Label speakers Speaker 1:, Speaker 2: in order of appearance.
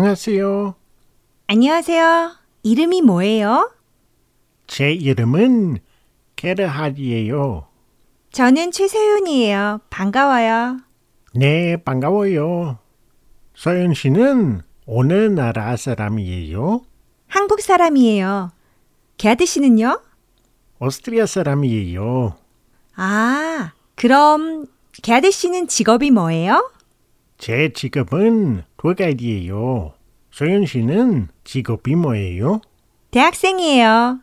Speaker 1: 안녕하세요.
Speaker 2: 안녕하세요. 이름이 뭐예요?
Speaker 1: 제 이름은 게르하디예요.
Speaker 2: 저는 최세윤이에요. 반가워요.
Speaker 1: 네, 반가워요. 서윤 씨는 어느 나라 사람이에요?
Speaker 2: 한국 사람이에요. 게아드 씨는요?
Speaker 1: 오스트리아 사람이에요.
Speaker 2: 아, 그럼 게아드 씨는 직업이 뭐예요?
Speaker 1: 제 직업은 돌가이드예요. 서윤 씨는 직업이 뭐예요?
Speaker 2: 대학생이에요.